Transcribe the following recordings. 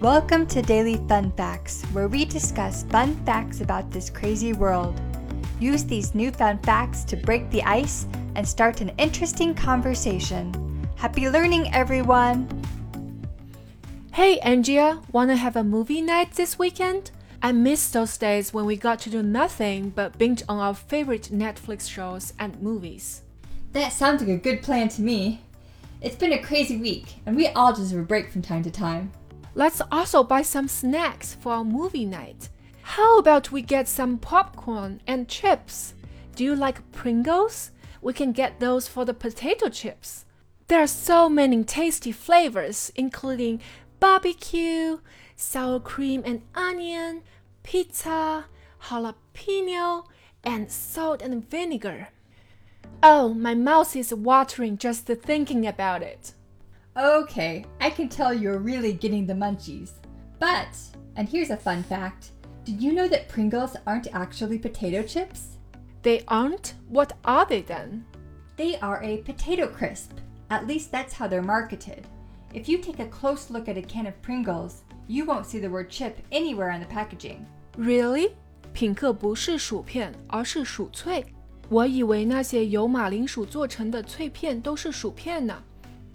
Welcome to Daily Fun Facts, where we discuss fun facts about this crazy world. Use these newfound facts to break the ice and start an interesting conversation. Happy learning, everyone! Hey, Angia, wanna have a movie night this weekend? I miss those days when we got to do nothing but binge on our favorite Netflix shows and movies. That sounds like a good plan to me. It's been a crazy week, and we all deserve a break from time to time. Let's also buy some snacks for our movie night. How about we get some popcorn and chips? Do you like Pringles? We can get those for the potato chips. There are so many tasty flavors, including barbecue, sour cream and onion, pizza, jalapeno, and salt and vinegar. Oh, my mouth is watering just thinking about it. Okay, I can tell you're really getting the munchies. But, and here's a fun fact did you know that Pringles aren't actually potato chips? They aren't? What are they then? They are a potato crisp. At least that's how they're marketed. If you take a close look at a can of Pringles, you won't see the word chip anywhere on the packaging. Really？品客不是薯片，而是薯脆。我以为那些由马铃薯做成的脆片都是薯片呢。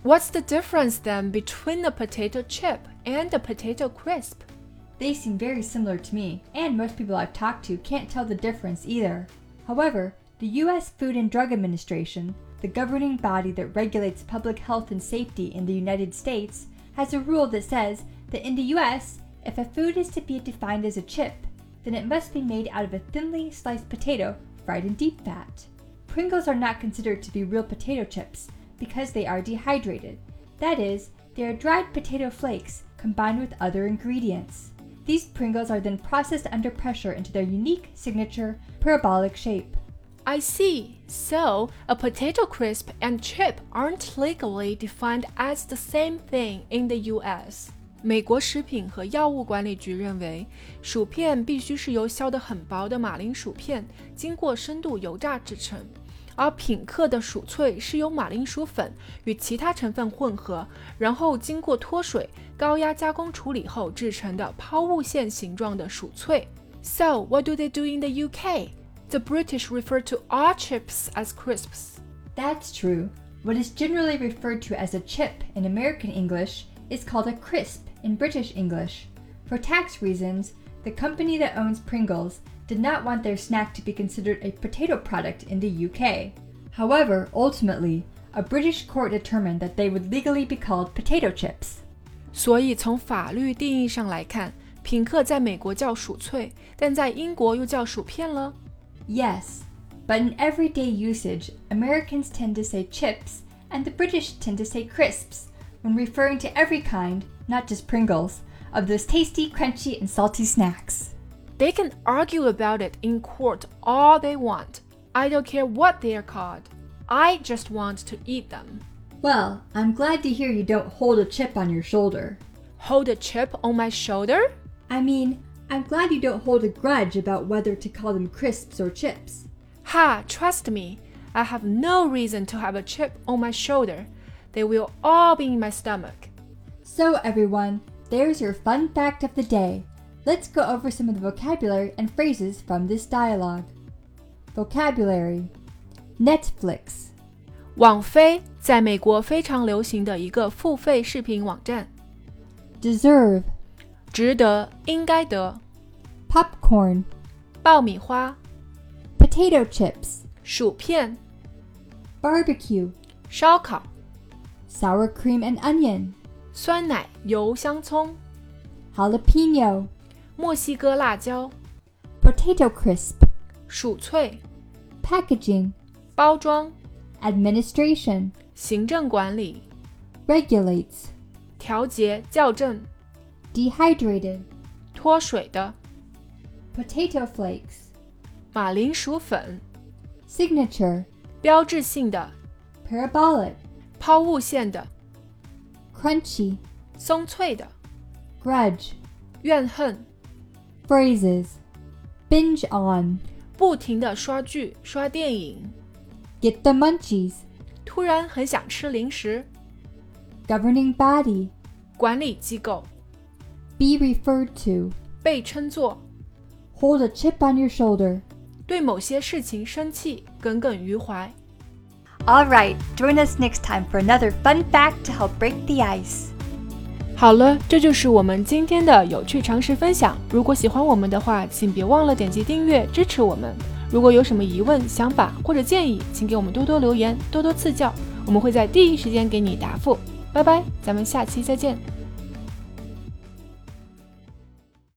What's the difference then between a potato chip and a potato crisp？ They seem very similar to me, and most people I've talked to can't tell the difference either. However, the US Food and Drug Administration, the governing body that regulates public health and safety in the United States, has a rule that says that in the US, if a food is to be defined as a chip, then it must be made out of a thinly sliced potato fried in deep fat. Pringles are not considered to be real potato chips because they are dehydrated. That is, they are dried potato flakes combined with other ingredients. These Pringles are then processed under pressure into their unique signature parabolic shape. I see. So, a potato crisp and chip aren't legally defined as the same thing in the U.S. 美国食品和药物管理局认为，薯片必须是由削得很薄的马铃薯片经过深度油炸制成，而品客的薯脆是由马铃薯粉与其他成分混合，然后经过脱水、高压加工处理后制成的抛物线形状的薯脆。So, what do they do in the UK? The British refer to all chips as crisps. That's true. What is generally referred to as a chip in American English is called a crisp in British English. For tax reasons, the company that owns Pringles did not want their snack to be considered a potato product in the UK. However, ultimately, a British court determined that they would legally be called potato chips. 所以从法律定义上来看，品客在美国叫薯脆，但在英国又叫薯片了。 Yes, but in everyday usage, Americans tend to say chips and the British tend to say crisps when referring to every kind, not just Pringles, of those tasty, crunchy, and salty snacks. They can argue about it in court all they want. I don't care what they are called. I just want to eat them. Well, I'm glad to hear you don't hold a chip on your shoulder. Hold a chip on my shoulder? I mean, I'm glad you don't hold a grudge about whether to call them crisps or chips. Ha, trust me, I have no reason to have a chip on my shoulder. They will all be in my stomach. So, everyone, there's your fun fact of the day. Let's go over some of the vocabulary and phrases from this dialogue. Vocabulary Netflix, 网飞在美国非常流行的一个付费视频网站， deserve, 值得、应该得、 popcorn, 爆米花、 potato chips, 薯片、 barbecue, 烧烤、 sour cream and onion, 酸奶、油香葱、 jalapeno, 墨西哥辣椒、 potato crisp, 薯脆、 packaging, 包装、 administration, 行政管理、 regulates, 调节、校正、 dehydrated, 脱水的 potato flakes, 马铃薯粉、 signature, 标志性的 parabolic, 抛物线的 crunchy, 松脆的 grudge, 怨恨， phrases, binge on, 不停的刷剧、刷电影， get the munchies, 突然很想吃零食。 governing body, 管理机构、 Be referred to. 被称作 Hold a chip on your shoulder. 对某些事情生气、耿耿于怀。 All right, join us next time for another fun fact to help break the ice. 好了，这就是我们今天的有趣常识分享。如果喜欢我们的话，请别忘了点击订阅支持我们。如果有什么疑问、想法或者建议，请给我们多多留言、多多赐教，我们会在第一时间给你答复。拜拜，咱们下期再见。